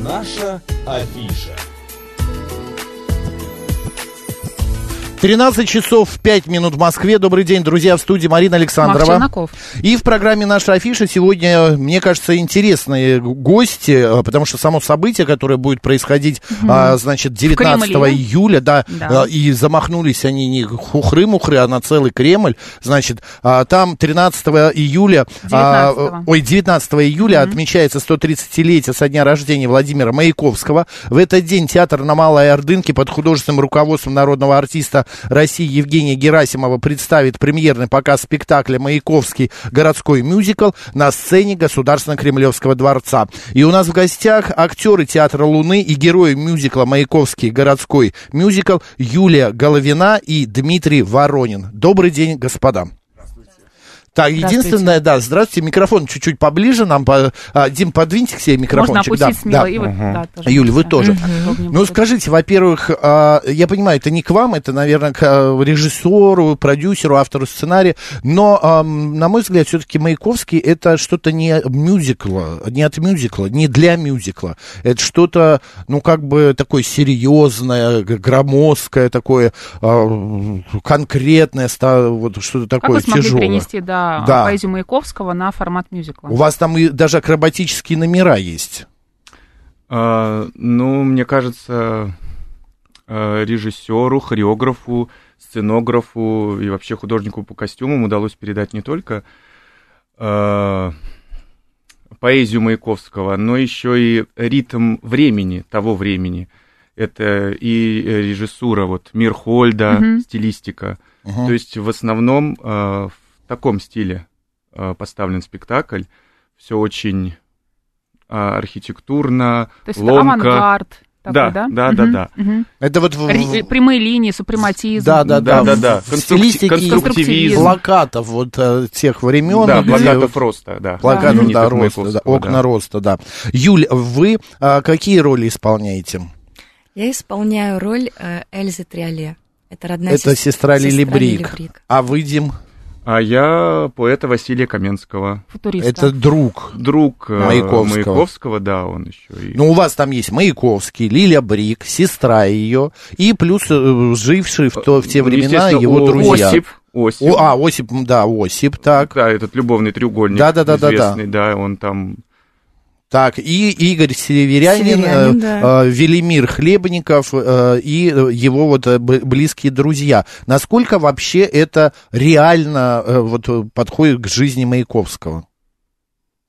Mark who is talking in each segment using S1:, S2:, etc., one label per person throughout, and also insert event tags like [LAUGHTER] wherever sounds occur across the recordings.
S1: Наша афиша.
S2: 13 часов 5 минут в Москве. Добрый день, друзья, в студии Марина Александрова.
S3: Марк Челноков.
S2: И в программе «Наша афиша» сегодня, мне кажется, интересные гости, э, потому что само событие, которое будет происходить, а, значит, 19
S3: Кремле.
S2: июля, да,
S3: Да.
S2: э, и замахнулись они не хухры-мухры, а на целый Кремль, значит, а, там 13 июля, а,
S3: 19.
S2: ой, 19 июля отмечается 130-летие со дня рождения Владимира Маяковского. В этот день театр на Малой Ордынке под художественным руководством народного артиста России Евгения Герасимова представит премьерный показ спектакля «Маяковский. Городской мюзикл» на сцене Государственно-Кремлевского дворца. И у нас в гостях актеры театра «Луны» и герои мюзикла «Маяковский. Городской мюзикл» Юлия Головина и Дмитрий Воронин. Добрый день, господа. Так,
S3: Здравствуйте.
S2: единственное, да, здравствуйте, микрофон чуть-чуть поближе нам, по- а, Дим, подвиньте к себе
S3: Можно
S2: микрофончик.
S3: опустить
S2: да,
S3: смело.
S2: да.
S3: И вот, да, тоже.
S2: Юль, вы
S3: Да.
S2: тоже.
S3: Удобнее
S2: Ну,
S3: будет.
S2: скажите, во-первых, а, я понимаю, это не к вам, это, наверное, к а, режиссеру, продюсеру, автору сценария, но, ам, на мой взгляд, все-таки Маяковский это что-то не мюзикла, не от мюзикла, не для мюзикла. Это что-то, ну, как бы такое серьезное, г- громоздкое, такое а, конкретное, ста- вот что-то
S3: Как
S2: такое
S3: вы смогли
S2: тяжелое.
S3: перенести да,
S2: Да.
S3: поэзию Маяковского на формат мюзикла?
S2: У вас там и даже акробатические номера есть.
S4: А, ну, мне кажется, э, режиссеру, хореографу, сценографу и вообще художнику по костюмам удалось передать не только э, поэзию Маяковского, но еще и ритм времени, того времени. Это и э, режиссура, вот мир Хольда,
S3: Мгм.
S4: стилистика.
S2: Мгм.
S4: То есть в основном э, в таком стиле э, поставлен спектакль. Все очень а, архитектурно,
S3: То есть это
S4: ломко.
S3: авангард. Такой,
S4: Да,
S3: да,
S4: да, да, да.
S3: Мгм,
S2: Это вот в-
S3: мгм. Ри- прямые линии, супрематизм.
S2: Да, да, да.
S4: да, да.
S2: В стилистике
S3: конструктивизм.
S4: конструктивизм.
S2: плакатов вот э, тех времен.
S4: Да,
S2: где
S4: плакатов роста, да.
S2: плакатов,
S4: Знаменитых
S2: да, роста, да,
S4: Маяковского,
S2: окна
S4: да.
S2: роста, да. Юль, вы а, какие роли исполняете?
S5: Я исполняю роль э, Эльзы Триоле. Это родная
S2: Это
S5: сес-
S2: сестра Лили
S5: сестра Лили
S2: Брик. А вы, Дим,
S4: А я поэта Василия Каменского.
S3: Футуриста.
S2: это друг.
S4: Друг э,
S2: Маяковского.
S4: Маяковского, да, он еще и...
S2: Ну, у вас там есть Маяковский, Лилия Брик, сестра ее, и плюс э, жившие в, то, в те
S4: Ну,
S2: времена
S4: естественно,
S2: его
S4: О-
S2: друзья.
S4: Осип. Осип.
S2: О, а, Осип, м, да, Осип, так.
S4: Да, этот любовный треугольник
S2: Да-да-да-да-да.
S4: известный, да, он там...
S2: Так, и Игорь Северянин,
S5: Северянин,
S2: э,
S5: да.
S2: э, Велимир Хлебников э, и э, его вот э, б- близкие друзья. Насколько вообще это реально э, вот, э, подходит к жизни Маяковского?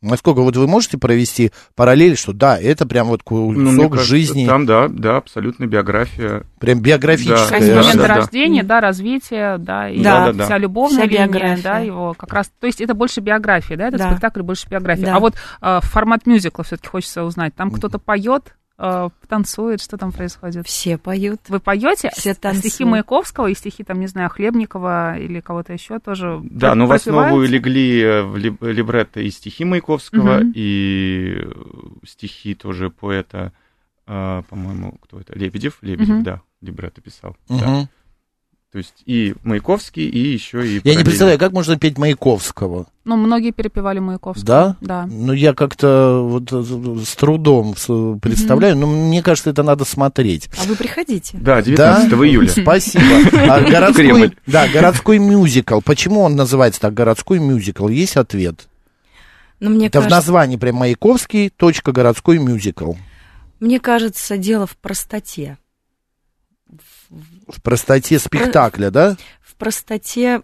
S2: Насколько вот вы можете провести параллель, что да, это прям вот кусок
S4: ну, мне кажется,
S2: жизни,
S4: Там, да, да, абсолютно биография.
S2: прям
S3: То
S2: биографическая.
S3: есть
S4: Да,
S3: момент
S4: да, да.
S3: рождения, да, развития, да, и
S4: Да,
S5: Да.
S4: да, да.
S3: вся любовная
S5: Вся
S3: линия,
S5: биография.
S3: да, его как раз. То есть это больше биография, да, этот
S5: Да.
S3: спектакль больше биография.
S5: Да.
S3: А вот э, формат мюзикла все-таки хочется узнать. Там кто-то поет, э, танцует, что там происходит?
S5: Все поют.
S3: Вы поете
S5: Все
S3: А стихи
S5: танцуют.
S3: Маяковского и стихи, там, не знаю, Хлебникова или кого-то еще тоже.
S4: Да, ну, но в основу
S3: пропиваются?
S4: легли э, в либ- либретто и стихи Маяковского,
S3: Мгм.
S4: и э, стихи тоже поэта, э, по-моему, кто это? Лебедев? Лебедев,
S3: Мгм.
S4: да, либретто писал. да.
S2: Мгм.
S4: То есть и Маяковский, и еще и...
S2: Я не
S4: параллельно.
S2: представляю, как можно петь Маяковского,
S3: Ну, многие перепевали Маяковского.
S2: да?
S3: Да.
S2: Ну, я как-то вот э, с трудом с- э, представляю, но мне кажется, это надо смотреть.
S5: А вы приходите.
S4: Да, 19
S2: Да?
S3: [LAUGHS]
S4: июля.
S2: Спасибо.
S4: [LAUGHS]
S2: А городской,
S4: Кремль.
S2: да, городской мюзикл. Почему он называется так городской мюзикл? Есть ответ.
S5: Но мне,
S2: Это в
S5: кажется,
S2: названии прям Маяковский. Точка городской мюзикл.
S5: мне кажется, дело в простоте.
S2: В простоте спектакля, да?
S5: В простоте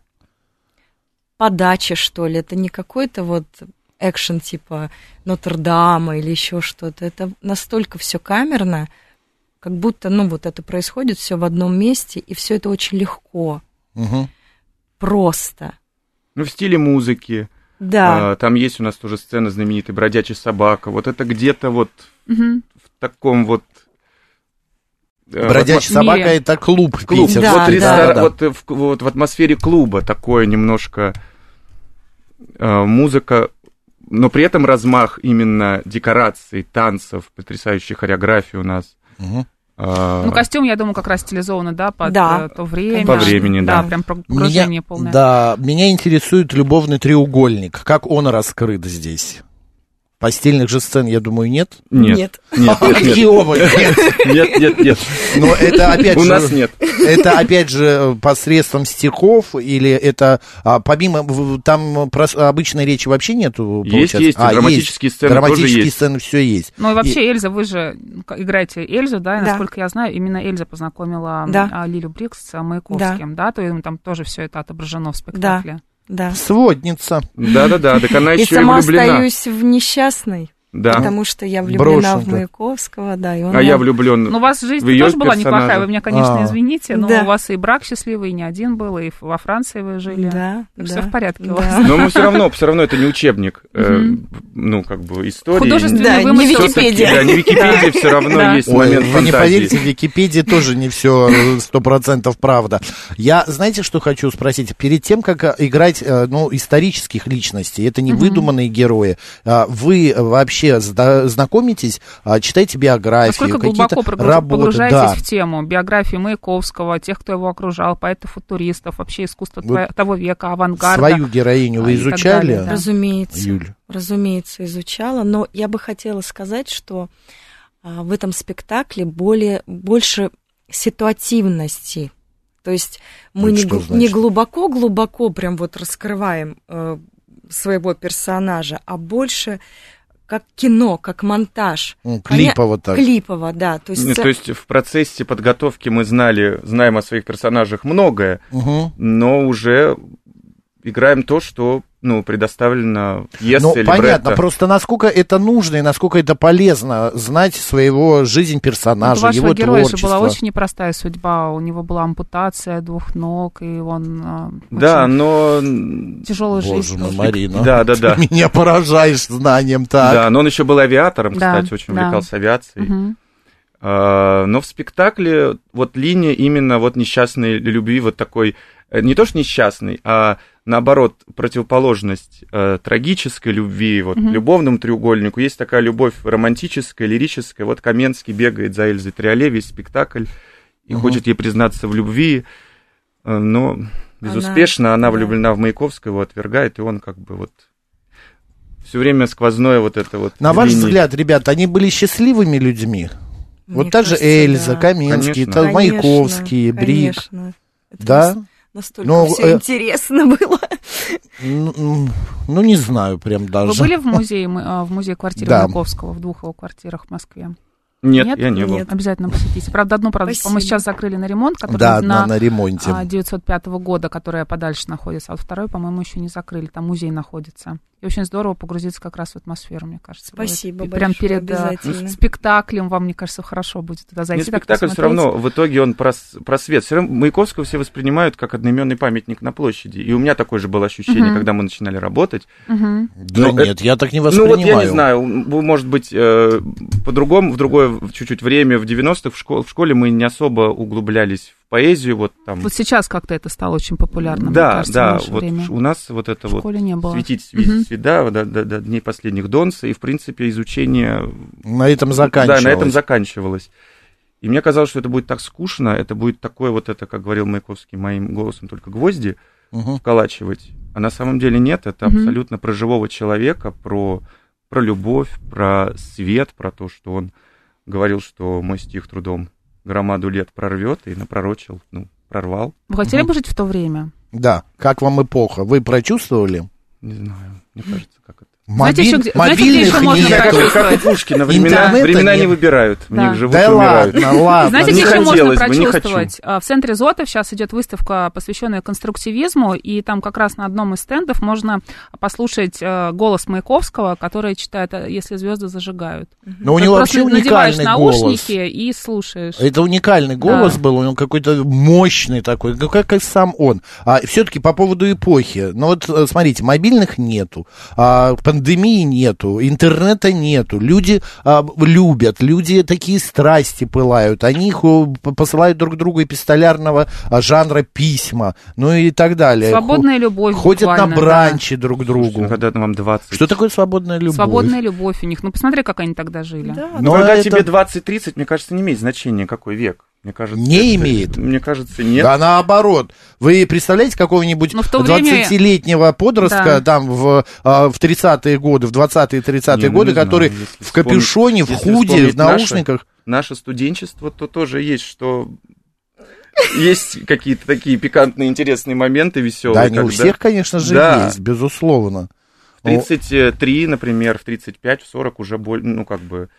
S5: подачи, что ли. Это не какой-то вот экшен типа Нотр-Дама или еще что-то. Это настолько все камерно, как будто, ну, вот это происходит все в одном месте, и все это очень легко,
S2: Мгм.
S5: просто.
S4: Ну, в стиле музыки.
S5: Да.
S4: А, Там есть у нас тоже сцена знаменитой «Бродячая собака». Вот это где-то вот
S3: Мгм.
S4: в таком вот... э,
S2: Бродячая
S3: возможно,
S2: собака
S3: мире.
S2: это клуб.
S4: в атмосфере- клуб.
S2: питерский.
S5: Да,
S4: вот,
S5: да.
S4: ресторан-
S2: Да-да-да.
S4: вот, э, в, вот в атмосфере клуба такое немножко э, музыка но при этом размах именно декораций, танцев, потрясающей хореографии у нас.
S2: Мгм.
S4: а,
S3: Ну, костюм, я думаю, как раз стилизовано, да, под
S5: Да.
S3: э, то время.
S5: По
S4: времени, да.
S3: прям погружение полное.
S2: Да, меня интересует любовный треугольник. Как он раскрыт здесь? Постельных же сцен, я думаю, нет.
S4: Нет. Нет, нет,
S2: [LAUGHS] Какие
S4: нет,
S2: оба? Нет.
S4: нет, нет, нет.
S2: Но это опять
S4: У
S2: же-
S4: нас нет.
S2: Это опять же посредством стихов или это а, помимо в- там прос- обычной речи вообще нету?
S4: Есть,
S2: получается?
S4: есть, и
S2: А,
S4: драматические сцены тоже
S2: Драматические
S4: есть.
S2: сцены все есть.
S3: Ну и вообще, Эльза, вы же к- играете Эльзу, да, и,
S5: Да.
S3: насколько я знаю, именно Эльза познакомила м,
S5: Да.
S3: а, Лилю Брикс с а, Маяковским, да, то им там тоже все это отображено в спектакле.
S5: Да.
S2: Сводница.
S4: Да-да-да, так она
S5: И
S4: еще и
S5: сама
S4: влюблена.
S5: остаюсь в несчастной,
S4: Да.
S5: потому что я влюблена
S2: Брошен,
S5: в
S2: да.
S5: Маяковского, да, и он
S4: А я
S5: мне-
S4: влюблен.
S3: Ну, у вас жизнь
S4: В её
S3: тоже была неплохая,
S4: персонажа.
S3: вы меня, конечно,
S2: А.
S3: извините, но
S5: Да.
S3: у вас и брак счастливый, и не один был, и ф- во Франции вы жили.
S5: Да, да.
S3: Все в порядке у
S5: да.
S3: вас.
S4: Но мы все равно, все равно это не учебник, э,
S3: Мгм.
S4: ну как бы истории.
S3: Художественный
S5: Да, не
S3: вымысел.
S5: Википедия.
S4: Всё-таки, Да, не Википедия, все
S3: Да.
S4: равно есть
S2: Ой,
S4: момент
S2: вы не поверите,
S4: фантазии.
S2: в Википедии тоже не все сто процентов правда. Я, знаете, что хочу спросить? Перед тем, как э, играть, э, ну, исторических личностей, это не выдуманные герои, а, вы вообще зда- знакомитесь, а, читаете биографию,
S3: Насколько глубоко
S2: какие-то
S3: погруж-
S2: работы,
S3: погружаетесь
S2: да.
S3: в тему биографии Маяковского, тех, кто его окружал, поэтов-футуристов, вообще искусство
S2: Вот
S3: тво- того века, авангарда.
S2: Свою героиню
S3: а,
S2: вы
S3: и так
S2: изучали?
S3: далее, да.
S5: Разумеется.
S2: Юль.
S5: разумеется, изучала, но я бы хотела сказать, что а, в этом спектакле более, больше ситуативности. То есть мы
S2: Это
S5: не
S2: что
S5: гл- не
S2: значит?
S5: глубоко-глубоко прям вот раскрываем э, своего персонажа, а больше как кино, как монтаж.
S2: Ну, Клипово так.
S5: Клипово, да. То есть,
S4: Не,
S5: ц-
S4: То есть в процессе подготовки мы знали, знаем о своих персонажах многое,
S2: Мгм.
S4: но уже играем то, что ну, предоставлено Ес
S2: Ну,
S4: или
S2: понятно,
S4: Бретта.
S2: просто насколько это нужно и насколько это полезно э, знать своего жизнь
S3: Вот У
S2: персонажа,
S3: вашего
S2: его
S3: героя
S2: творчество.
S3: же была очень непростая судьба. У него была ампутация двух ног, и он а,
S4: Да,
S3: очень
S4: но...
S3: тяжелую
S2: Боже
S3: жизнь.
S2: мой,
S3: прожил.
S2: Марина.
S4: Да, да, да.
S2: Ты [LAUGHS] Меня поражаешь знанием, так.
S4: Да, но он еще был авиатором,
S3: Да,
S4: кстати, очень
S3: да.
S4: увлекался авиацией.
S3: Мгм.
S4: А, Но в спектакле вот линия именно вот несчастной любви, вот такой, э, не то что несчастной, а наоборот, противоположность э, трагической любви, вот
S3: Мгм.
S4: любовному треугольнику. Есть такая любовь романтическая, лирическая. Вот Каменский бегает за Эльзой Триоле весь спектакль и
S2: Мгм.
S4: хочет ей признаться в любви, э, но безуспешно она,
S5: да.
S4: влюблена в Маяковского, его отвергает, и он как бы вот все время сквозное вот это вот.
S2: На ваш
S4: линия.
S2: взгляд, ребят, они были счастливыми людьми?
S5: мне
S2: вот та же
S5: кажется,
S2: Эльза,
S5: да.
S2: Каменский,
S4: Конечно.
S2: та-
S5: Конечно,
S2: Маяковский, Брик,
S5: конечно. Это
S2: да?
S5: нас- Настолько
S2: Ну,
S5: все
S2: э,
S5: интересно [LAUGHS] было.
S2: Ну, м, ну, не знаю прям даже.
S3: Вы были в музее, мы- а, в музее квартиры
S2: Да.
S3: Маяковского, в двух его квартирах в Москве?
S4: Нет,
S3: Нет?
S4: я не был.
S5: Нет.
S3: Обязательно посетите. Правда, одну, правда,
S5: Спасибо.
S3: по-моему, сейчас закрыли на ремонт, который
S2: Да,
S3: на,
S2: одна на ремонте.
S3: а, 905 года, которая подальше находится, а вот второй, по-моему, еще не закрыли, там музей находится. И очень здорово погрузиться как раз в атмосферу, мне кажется. бывает.
S5: Спасибо
S3: И
S5: большое.
S3: Прям перед а,
S5: обязательно.
S3: спектаклем вам, мне кажется, хорошо будет туда
S4: Не
S3: зайти. так
S4: спектакль все
S3: посмотреть.
S4: равно, в итоге он прос- просвет. Все равно Маяковского все воспринимают как одноименный памятник на площади. И у меня такое же было ощущение,
S3: Мгм.
S4: когда мы начинали работать.
S3: Мгм.
S2: Да
S4: Ну, э,
S2: нет, я так не
S4: Ну
S2: воспринимаю.
S4: вот я не знаю, м, может быть, э, по-другому, в другое в чуть-чуть время, в 90-х в, школ- в школе мы не особо углублялись в поэзию. Вот там.
S3: Вот сейчас как-то это стало очень популярно,
S4: да,
S3: мне кажется, в
S4: да,
S3: наше
S4: вот
S3: время.
S4: ш- у нас вот это
S3: В
S4: вот
S3: школе не было.
S4: светить
S3: Мгм.
S4: свида до, до- до дней последних Донса, и, в принципе, изучение
S2: На этом
S4: Да,
S2: заканчивалось.
S4: на этом заканчивалось. И мне казалось, что это будет так скучно, это будет такое вот это, как говорил Маяковский, моим голосом только гвозди
S2: Мгм.
S4: вколачивать. А на самом деле нет, это
S3: Мгм.
S4: абсолютно про живого человека, про, про любовь, про свет, про то, что он говорил, что мой стих трудом громаду лет прорвет и напророчил, ну, прорвал.
S3: Вы хотели
S2: Мгм.
S3: бы жить в то время?
S2: Да, как вам эпоха? Вы прочувствовали?
S4: Не знаю, мне кажется, как это.
S3: Знаете, еще где- знаете, где
S2: мобильных
S3: еще можно
S2: нету.
S3: прочувствовать?
S4: Как, как у Пушкина, времена,
S2: Интернета
S4: времена не
S2: нет.
S4: выбирают, в
S3: Да.
S4: них живут и
S2: Да
S4: умирают.
S2: ладно,
S3: [LAUGHS]
S2: ладно.
S3: Знаете,
S4: А, не
S3: где еще можно
S4: хотелось бы, не
S3: прочувствовать? А, В центре Зотов сейчас идет выставка, посвященная конструктивизму, и там как раз на одном из стендов можно послушать э, голос Маяковского, который читает э, «Если звезды зажигают».
S2: Но у
S3: Ты
S2: него
S3: просто
S2: вообще
S3: надеваешь
S2: уникальный голос. Э,
S3: наушники и слушаешь.
S2: Это уникальный голос был, у него какой-то мощный такой, ну, как и сам он. А все-таки по поводу эпохи. Ну вот э, смотрите, мобильных нету, а, пандемия пандемии нету, интернета нету, люди а, любят, люди такие страсти пылают, они их о, п- посылают друг другу эпистолярного а, жанра письма, ну и так далее.
S3: Свободная любовь.
S2: Хо- Ходят на
S3: буквально, да.
S2: бранчи друг другу.
S4: Слушайте, ну, когда вам 20.
S2: Что такое свободная любовь?
S3: Свободная любовь у них. Ну, посмотри, как они тогда жили.
S5: А Да,
S4: Ну,
S2: Но
S4: когда
S2: это-
S4: тебе 20-30, мне кажется, не имеет значения, какой век. Мне кажется,
S2: Не имеет.
S4: Мне кажется, нет.
S2: Да наоборот. Вы представляете какого-нибудь
S3: Но Ну, в то время-
S2: 20-летнего подростка
S3: Да.
S2: там в, а, в 30-е годы, в 20-е 30-е
S4: Не, ну,
S2: годы,
S4: не знаю,
S2: который
S4: если
S2: в капюшоне, в
S4: если
S2: худе, в
S4: вспомнить наши-
S2: наушниках.
S4: Наше студенчество, то тоже есть, что... Есть какие-то такие пикантные, интересные моменты веселые.
S2: Да, не у всех, конечно же,
S4: Да.
S2: есть, безусловно.
S4: В 33, например, в 35, в 40 уже боль, ну, как бы...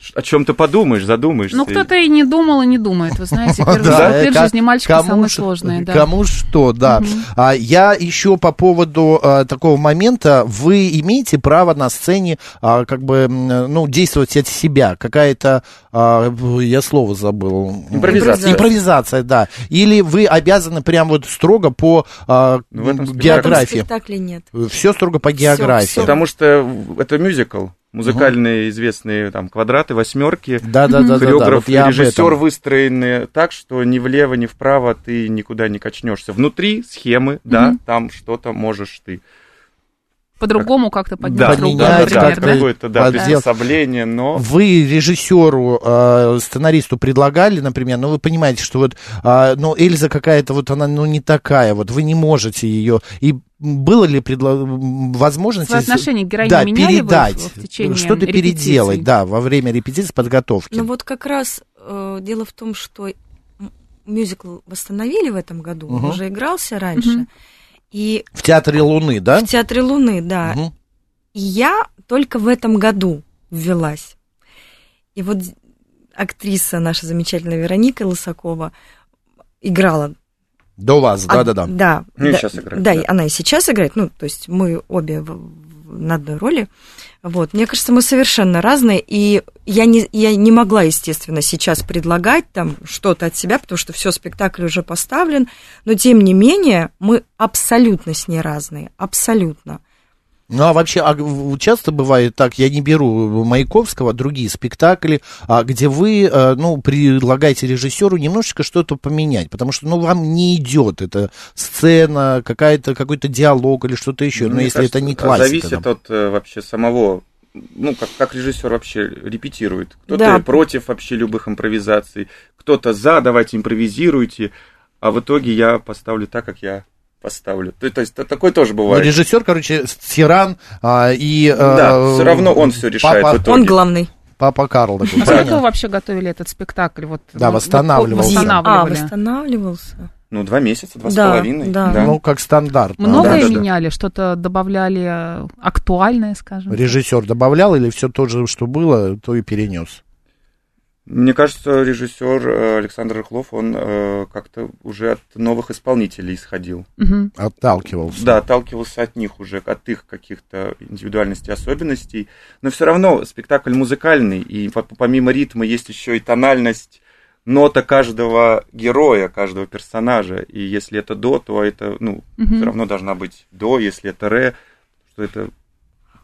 S4: ш- О чем-то подумаешь, задумаешься.
S3: Ну, кто-то и не думал, и не думает. Вы знаете,
S2: Ну,
S3: первые
S2: [LAUGHS] да,
S3: сутки в
S2: ка-
S3: жизни мальчика
S2: кому
S3: самые
S2: ш-
S3: сложные. Да.
S2: Кому что, да.
S3: Мгм.
S2: А я еще по поводу а, такого момента, вы имеете право на сцене а, как бы, м, ну, действовать от себя, какая-то, а, я слово забыл.
S4: Импровизация.
S2: Импровизация, да. Или вы обязаны прям вот строго по а,
S4: Ну, в этом спектакле.
S2: географии.
S5: спектаклей нет.
S2: Все строго по географии.
S5: всё.
S4: Потому что это мюзикл. Музыкальные известные там квадраты, восьмерки.
S2: Да, да, да, да, да.
S4: Хореограф
S2: Вот я
S4: и
S2: об
S4: режиссер
S2: этом.
S4: выстроены так, что ни влево, ни вправо ты никуда не качнешься. Внутри схемы, да,
S3: Мгм.
S4: там что-то можешь ты.
S3: По-другому как-то
S2: Да,
S3: поднять руку,
S2: поменять
S4: да, да,
S3: например,
S2: как-то.
S3: да?
S4: какое-то да,
S2: поддел-
S4: приспособление, но
S2: Вы режиссеру, э, сценаристу предлагали, например, ну вы понимаете, что вот, э, ну Эльза какая-то вот она, ну не такая, вот вы не можете ее. И было ли предла- м, возможность
S3: Свои отношения к героине
S2: да,
S3: меняли вы
S2: передать,
S3: в течение
S2: что-то
S3: репетиций?
S2: переделать, да, во время репетиции подготовки.
S5: Ну вот как раз э, дело в том, что м- мюзикл восстановили в этом году, он
S2: Мгм.
S5: уже игрался раньше.
S3: Мгм.
S5: И
S2: в театре Луны, да?
S5: в Театре Луны, да.
S2: А? Мгм.
S5: И я только в этом году ввелась. И вот актриса наша замечательная Вероника Лысакова играла.
S2: До вас,
S3: а
S2: да,
S5: Од-
S2: да, да.
S5: А, Да,
S4: Ну, и
S5: да,
S4: сейчас играет,
S5: да,
S4: да.
S5: и она и сейчас играет. Ну, то есть мы обе в- в- на одной роли. Вот, мне кажется, мы совершенно разные, и я не, я не могла, естественно, сейчас предлагать там что-то от себя, потому что все, спектакль уже поставлен, но тем не менее мы абсолютно с ней разные, абсолютно.
S2: Ну а вообще, а в- часто бывает так, я не беру Маяковского, другие спектакли, а, где вы, э, ну, предлагаете режиссеру немножечко что-то поменять, потому что, ну, вам не идет эта сцена, какая-то, какой-то диалог или что-то еще, но
S4: Ну, мне
S2: ну, если
S4: кажется,
S2: это не классика.
S4: Зависит
S2: да.
S4: от э, вообще самого, ну, как, как режиссер вообще репетирует. Кто-то
S5: Да.
S4: против вообще любых импровизаций, кто-то за, давайте импровизируйте, а в итоге я поставлю так, как я поставлю. То, то есть та- такое тоже
S2: Ну,
S4: бывает.
S2: режиссер, короче, тиран а, и... э,
S4: Да, всё равно он всё решает
S2: Папа,
S4: в итоге.
S5: Он главный.
S2: папа Карл такой,
S3: А сколько
S2: понятно.
S3: вы вообще готовили этот спектакль? Вот,
S2: Да,
S3: вот-
S2: восстанавливался.
S5: А,
S3: восстанавливали.
S5: восстанавливался.
S4: Ну, два месяца, два
S5: Да,
S4: с половиной.
S5: да.
S2: Ну, как стандарт. а,
S3: Многое
S4: Да, да, да.
S3: меняли, что-то добавляли э, актуальное, скажем. так?
S2: Режиссер добавлял или все то же, что было, то и перенес?
S4: Мне кажется, режиссер э, Александр Рыхлов, он э, как-то уже от новых исполнителей исходил.
S3: Мгм.
S2: Отталкивался.
S4: Да, отталкивался от них уже, от их каких-то индивидуальностей, особенностей. Но все равно спектакль музыкальный, и по- помимо ритма есть еще и тональность нота каждого героя, каждого персонажа. И если это до, то это, ну,
S3: Мгм.
S4: все равно должна быть до, если это ре, что это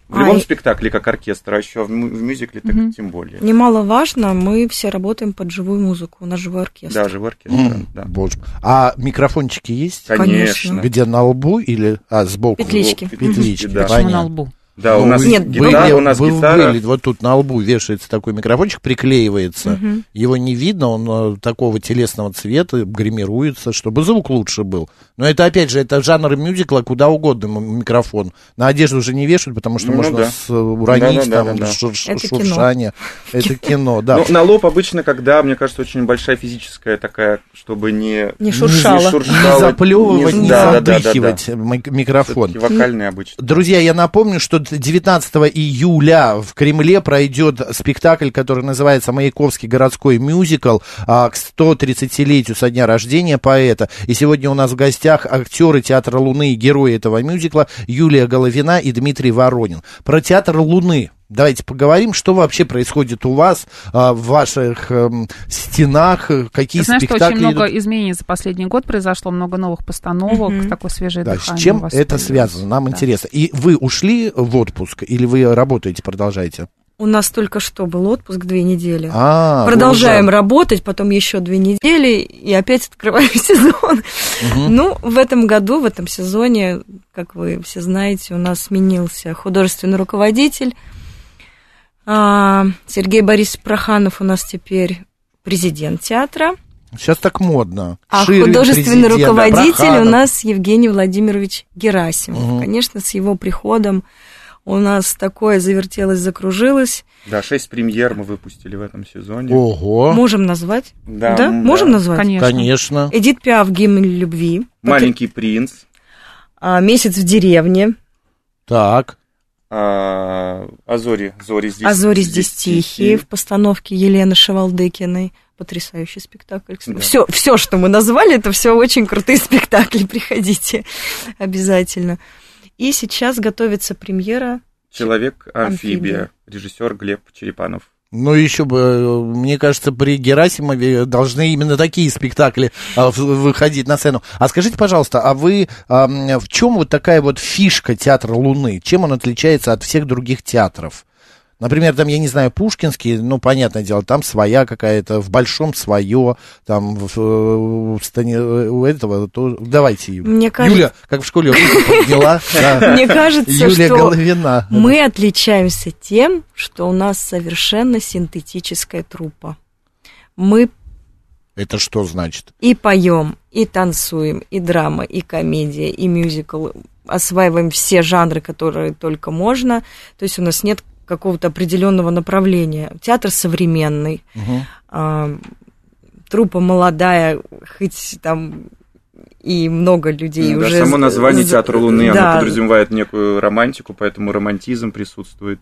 S4: в
S5: А,
S4: любом
S5: и-
S4: спектакле как оркестр, а еще в, мю- в мюзикле так
S3: Мгм.
S4: тем более.
S5: Немаловажно, мы все работаем под живую музыку, у нас живой оркестр.
S4: Даже в оркестре,
S2: М,
S4: да.
S2: Боже. А микрофончики есть?
S5: Конечно.
S4: Конечно.
S2: Где на лбу или а, сбоку?
S5: Петлички.
S2: Петлички,
S4: да.
S3: Почему на
S2: Понятно.
S3: лбу?
S4: Да, у
S2: Ну,
S4: нас
S2: вы-
S5: Нет,
S4: гитара,
S2: были-
S4: у нас
S2: вы-
S4: гитара.
S2: были- вот тут на лбу вешается такой микрофончик, приклеивается.
S5: Мгм.
S2: Его не видно, он э, такого телесного цвета, гримируется, чтобы звук лучше был. Но это, опять же, это жанр мюзикла, куда угодно м- микрофон. На одежду уже не вешают, потому что
S4: Ну
S2: можно
S4: да.
S2: с- э, уронить
S4: Да-да-да,
S2: там
S4: да-да.
S2: шур- шур-
S5: Это кино.
S2: шуршание. Это кино, да.
S4: Ну, на лоб обычно, когда, мне кажется, очень большая физическая такая, чтобы не...
S5: Не
S4: Не
S5: шуршало.
S2: Не
S4: шуршало,
S2: заплевывать, не
S4: да, да, да, да, да.
S2: задыхивать мик- микрофон.
S4: Всё-таки вокальные обычно.
S2: Друзья, я напомню, что 19 июля в Кремле пройдет спектакль, который называется «Маяковский городской мюзикл» а, к 130-летию со дня рождения поэта. И сегодня у нас в гостях актеры Театра Луны и герои этого мюзикла Юлия Головина и Дмитрий Воронин. Про Театр Луны Давайте поговорим, что вообще происходит у вас, а, в ваших эм, стенах, э, какие
S3: Ты знаешь, что
S2: спектакли
S3: очень много
S2: идут.
S3: изменений за последний год произошло, много новых постановок,
S5: Мгм.
S3: такое свежее
S2: Да,
S3: дыхание.
S2: с
S3: у
S2: чем
S3: вас
S2: это
S3: появилось.
S2: связано? Нам
S3: Да.
S2: интересно. И вы ушли в отпуск или вы работаете, продолжаете?
S5: У нас только что был отпуск две недели.
S2: А, вы
S5: Продолжаем
S2: уже.
S5: работать, потом еще две недели, и опять открываем [LAUGHS] сезон.
S2: Мгм.
S5: Ну, в этом году, в этом сезоне, как вы все знаете, у нас сменился художественный руководитель. А, Сергей Борисович Проханов у нас теперь президент театра,
S2: Сейчас так модно.
S5: а
S2: Ширин,
S5: художественный
S2: президент,
S5: руководитель у
S2: Проханов.
S5: нас Евгений Владимирович Герасимов.
S2: Мгм.
S5: Конечно, с его приходом у нас такое завертелось, закружилось.
S4: Да, шесть премьер мы выпустили в этом сезоне.
S2: Ого,
S5: Можем назвать?
S4: Да,
S5: да?
S4: м,
S5: Можем
S4: да.
S5: назвать?
S3: Конечно.
S2: конечно.
S5: Эдит Пиаф «Гимн любви»,
S4: Маленький принц.
S5: а, «Месяц в деревне»,
S2: Так.
S4: а, а зори, зори здесь.
S5: «А зори здесь тихие» в постановке Елены Шевалдыкиной. Потрясающий спектакль.
S4: Да.
S5: Все, все, что мы назвали, это все очень крутые [LAUGHS] спектакли. Приходите обязательно. И сейчас готовится премьера.
S4: Человек-амфибия.
S5: Амфибия.
S4: Режиссер Глеб Черепанов.
S2: Ну, еще бы, э, мне кажется, при Герасимове должны именно такие спектакли а, в- выходить на сцену. А скажите, пожалуйста, а вы а, м, в чем вот такая вот фишка театра Луны? Чем он отличается от всех других театров? Например, там, я не знаю, Пушкинский, ну, понятное дело, там своя какая-то, в Большом свое, там, в, э, у Стани- э, у этого, тоже- давайте, Юля.
S5: Мне кажется,
S2: Юля, как в школе, руку подняла,
S5: [LAUGHS]
S2: да.
S5: мне кажется,
S2: Юлия
S5: что
S2: Головина.
S5: мы отличаемся тем, что у нас совершенно синтетическая труппа. Мы
S2: Это что значит?
S5: и поем, и танцуем, и драма, и комедия, и мюзикл. Осваиваем все жанры, которые только можно. То есть у нас нет какого-то определенного направления. Театр современный,
S2: Мгм.
S5: а, трупа молодая, хоть там и много людей
S4: Да,
S5: уже...
S4: само
S5: з-
S4: название
S5: з-
S4: Театра Луны,
S5: да.
S4: оно подразумевает некую романтику, поэтому романтизм присутствует.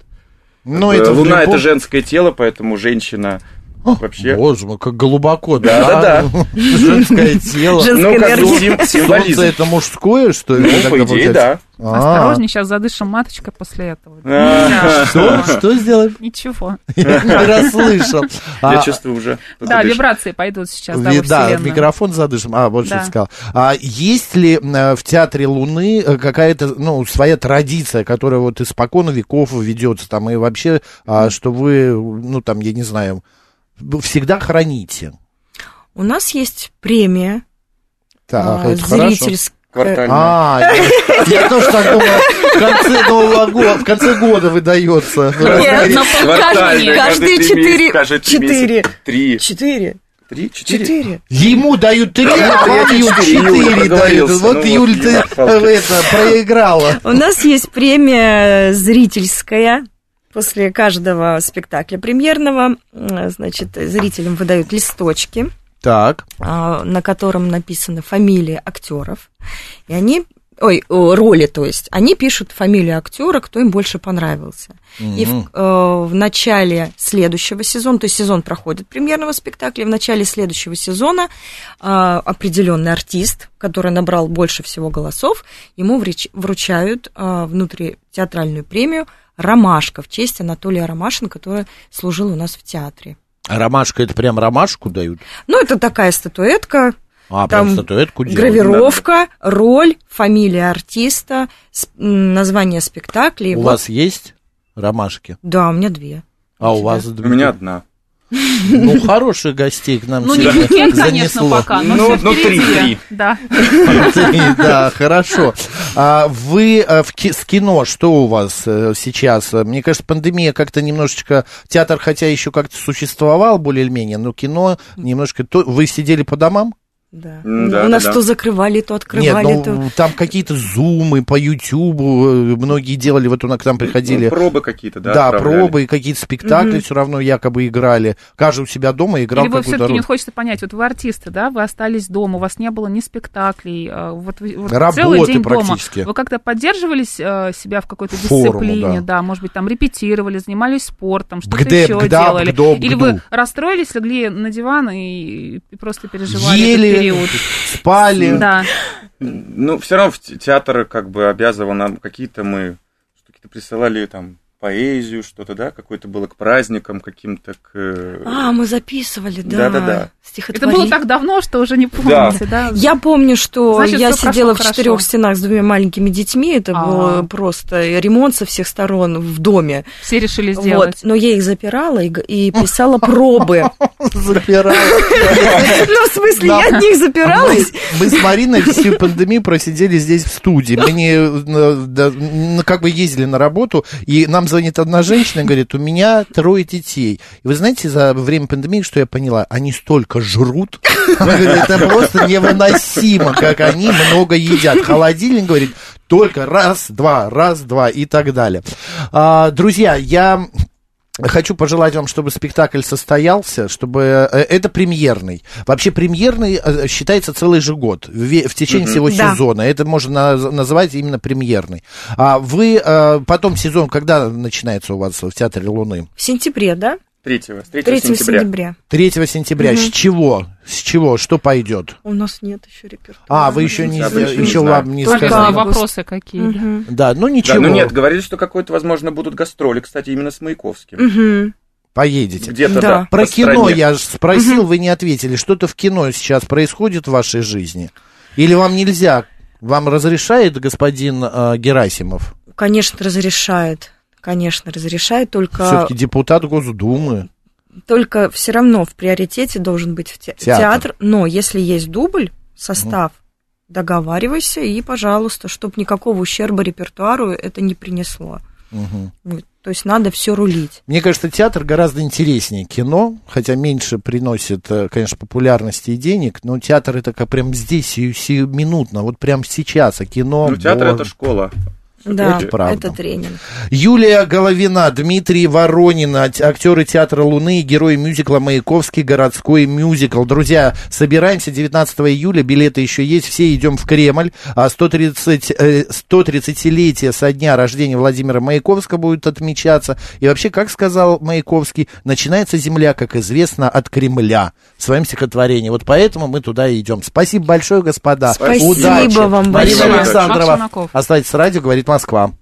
S2: Ну,
S4: Э,
S2: в
S4: Луна
S2: любом
S4: это женское тело, поэтому женщина
S2: О,
S4: Вообще.
S2: Боже мой, как глубоко, да?
S4: Да,
S2: [LAUGHS] Женское тело.
S5: Жен- Женская
S4: ну, как бы
S5: энергия.
S4: сим-
S2: Солнце
S4: символизм.
S2: это мужское, что ли?
S4: Ну,
S2: Так
S4: по идее,
S2: получается?
S4: да.
S2: А,
S3: Осторожней, сейчас задышим маточкой после этого.
S4: А.
S3: Нельзя.
S2: Что? Ну, Что
S4: [LAUGHS]
S2: сделаем?
S3: Ничего.
S2: Я не расслышал.
S4: Я
S2: А,
S4: чувствую уже. кто-то
S3: Да,
S4: дышит.
S3: вибрации пойдут сейчас, да,
S2: ви-
S3: во
S2: Да, в
S3: Вселенную.
S2: микрофон задышим. А, вот что
S3: Да.
S2: ты сказал. А есть ли э, в Театре Луны э, какая-то, ну, своя традиция, которая вот испокон веков ведется там, и вообще, а, что вы, ну, там, я не знаю, всегда храните?
S5: У нас есть премия
S2: Так,
S5: а,
S2: это хорошо.
S5: зрительская.
S4: Квартально.
S2: А, я- я тоже так думал, в конце Нового года, в конце года выдается.
S5: Нет,
S4: Квартально,
S5: но каждый-
S4: квартально,
S5: каждые
S4: три
S5: четыре-
S4: месяца, каждые три
S5: четыре.
S4: месяца. Три.
S5: Четыре.
S4: Три? Четыре?
S5: Четыре.
S2: Ему дают три, а вам
S4: Я
S2: ее
S4: четыре, Юля,
S2: четыре дают.
S4: договорился. Ну
S2: Вот,
S4: вот,
S2: Юль, ты
S4: я палки.
S2: э, это, проиграла.
S5: У нас есть премия зрительская. После каждого спектакля премьерного, э, значит, зрителям выдают листочки,
S2: Так,
S5: а, на котором написаны фамилии актеров. И они, ой, о, роли, то есть, они пишут фамилию актера, кто им больше понравился. И в, э, в начале следующего сезона, то есть сезон проходит премьерного спектакля, в начале следующего сезона э, определенный артист, который набрал больше всего голосов, ему врич- вручают а, внутри театральную премию «Ромашка» в честь Анатолия Ромашина, который служил у нас в театре.
S2: А Ромашка, это прям ромашку дают?
S5: Ну, это такая статуэтка,
S2: А,
S5: прям
S2: прям
S5: Там
S2: статуэтку делают?
S5: гравировка, роль, фамилия артиста, с- м, название спектакля. и
S2: У
S5: вот-
S2: вас есть ромашки?
S5: Да, у меня две.
S2: А у
S5: тебя?
S2: вас?
S4: У меня одна.
S2: Ну, хороших гостей к нам
S3: Ну, не
S2: сегодня
S3: букет, конечно,
S2: занесло.
S3: пока, но
S4: Ну,
S3: все
S4: ну,
S3: впереди.
S4: три-три.
S3: Да.
S2: Да, хорошо. А Вы э, в ки- с кино, что у вас э, сейчас? Э, Мне кажется, пандемия как-то немножечко... Театр, хотя еще как-то существовал более-менее, но кино немножко... то- Вы сидели по домам?
S5: Да.
S4: М,
S5: У
S4: да, да,
S5: нас
S4: да.
S5: то закрывали, то
S2: Нет,
S5: открывали, то...
S2: ну там какие-то зумы по Ютубу, э, многие делали, вот у нас к нам
S4: Ну,
S2: приходили...
S4: Пробы какие-то, да?
S2: Да,
S4: отправляли.
S2: пробы и какие-то спектакли
S5: Мгм.
S2: все равно якобы играли. Каждый у себя дома играл
S3: Или вы
S2: какую-то
S3: все-таки
S2: роль.
S3: не хочется понять, вот вы артисты, да, вы остались дома, у вас не было ни спектаклей, э, вот, вы- вот
S2: Работы
S3: целый день дома.
S2: практически.
S3: Вы как-то поддерживались э, себя в какой-то
S2: Форму,
S3: дисциплине, да. может быть, там репетировали, занимались спортом, что-то
S2: Бгдэ,
S3: еще
S2: бгда,
S3: делали.
S2: бгдо,
S3: Или
S2: бгду.
S3: вы расстроились, легли на диван и, и просто переживали
S2: Ели.
S3: этот период.
S2: Спали. [LAUGHS]
S3: Да.
S4: Ну, все равно в те- театр как бы обязывал нам какие-то мы... Какие-то присылали там поэзию, что-то, да, какое-то было к праздникам каким-то, к... э,
S5: А, мы записывали, да.
S4: Да-да-да.
S3: Это было
S5: Стихотворение.
S3: так давно, что уже не помните, да?
S5: Я помню, что
S3: Значит,
S5: я
S3: всё прошло
S5: сидела в
S3: хорошо.
S5: четырех стенах с двумя маленькими детьми. Это
S3: А.
S5: было просто ремонт со всех сторон в доме.
S3: Все решили
S5: Вот.
S3: сделать.
S5: Но я их запирала и, г- и писала
S3: [LAUGHS]
S5: пробы.
S2: Запирала.
S5: Ну, в смысле, я от них запиралась.
S2: А Мы с Мариной всю пандемию просидели здесь в студии. Мы не, э, да, ну, как бы ездили на работу, и нам звонит одна женщина и говорит, у меня трое детей. И вы знаете, за время пандемии, что я поняла? Они столько жрут. Она говорит, это просто невыносимо, как они много едят. Холодильник, говорит, только раз, два, раз, два и так далее. А, Друзья, я Хочу пожелать вам, чтобы спектакль состоялся, чтобы э, это премьерный. Вообще премьерный э, считается целый же год ве- в течение всего
S5: Да.
S2: сезона. Это можно наз- называть именно премьерный. А вы э, потом сезон, когда начинается у вас в театре Луны?
S5: В сентябре, да?
S4: 3, с 3
S5: 3
S4: сентября.
S5: сентября.
S2: 3 сентября. С чего? С чего? Что пойдет?
S5: У нас нет еще репертуара.
S2: А, вы еще не,
S4: Я
S2: зна-
S4: больше не
S2: еще
S4: знаю.
S2: вам не
S3: Только
S2: сказали.
S5: вам-
S3: вопросы какие. да.
S5: Мгм.
S2: Да, ну
S4: Да,
S2: ничего.
S4: ну нет, говорили, что какой-то, возможно, будут гастроли, кстати, именно с Маяковским.
S5: Мгм.
S2: Поедете.
S4: Где-то,
S5: Да.
S4: да. по
S2: Про кино
S4: стране.
S2: я ж спросил, вы не ответили. Что-то в кино сейчас происходит в вашей жизни? Или вам нельзя? Вам разрешает господин э, Герасимов?
S5: Конечно, разрешает. Конечно, разрешает, только,
S2: Все-таки депутат Госдумы.
S5: только все равно в приоритете должен быть в те-
S2: Театр.
S5: театр. Но если есть дубль, состав,
S2: Ну.
S5: договаривайся и, пожалуйста, чтобы никакого ущерба репертуару это не принесло.
S2: Мгм.
S5: Вот. То есть надо все рулить.
S2: Мне кажется, театр гораздо интереснее кино, хотя меньше приносит, э, конечно, популярности и денег, но театр это как прям здесь, сию- сиюминутно, вот прям сейчас, а кино...
S4: Ну, театр
S2: боже.
S4: это школа.
S5: Да,
S2: Это правда.
S5: это тренинг.
S2: Юлия Головина, Дмитрий Воронин, ат- актеры театра Луны и герои мюзикла Маяковский городской мюзикл. Друзья, собираемся 19 июля, билеты еще есть, все идем в Кремль. А 130, э, 130-летие со дня рождения Владимира Маяковского будет отмечаться. И вообще, как сказал Маяковский, начинается земля, как известно, от Кремля в своем стихотворении. Вот поэтому мы туда и идем. Спасибо большое, господа.
S5: Спасибо
S2: Удачи.
S5: вам
S2: Марина
S5: большое.
S2: Александрова.
S3: Марк Челноков.
S2: Оставайтесь с радио, говорит Москва.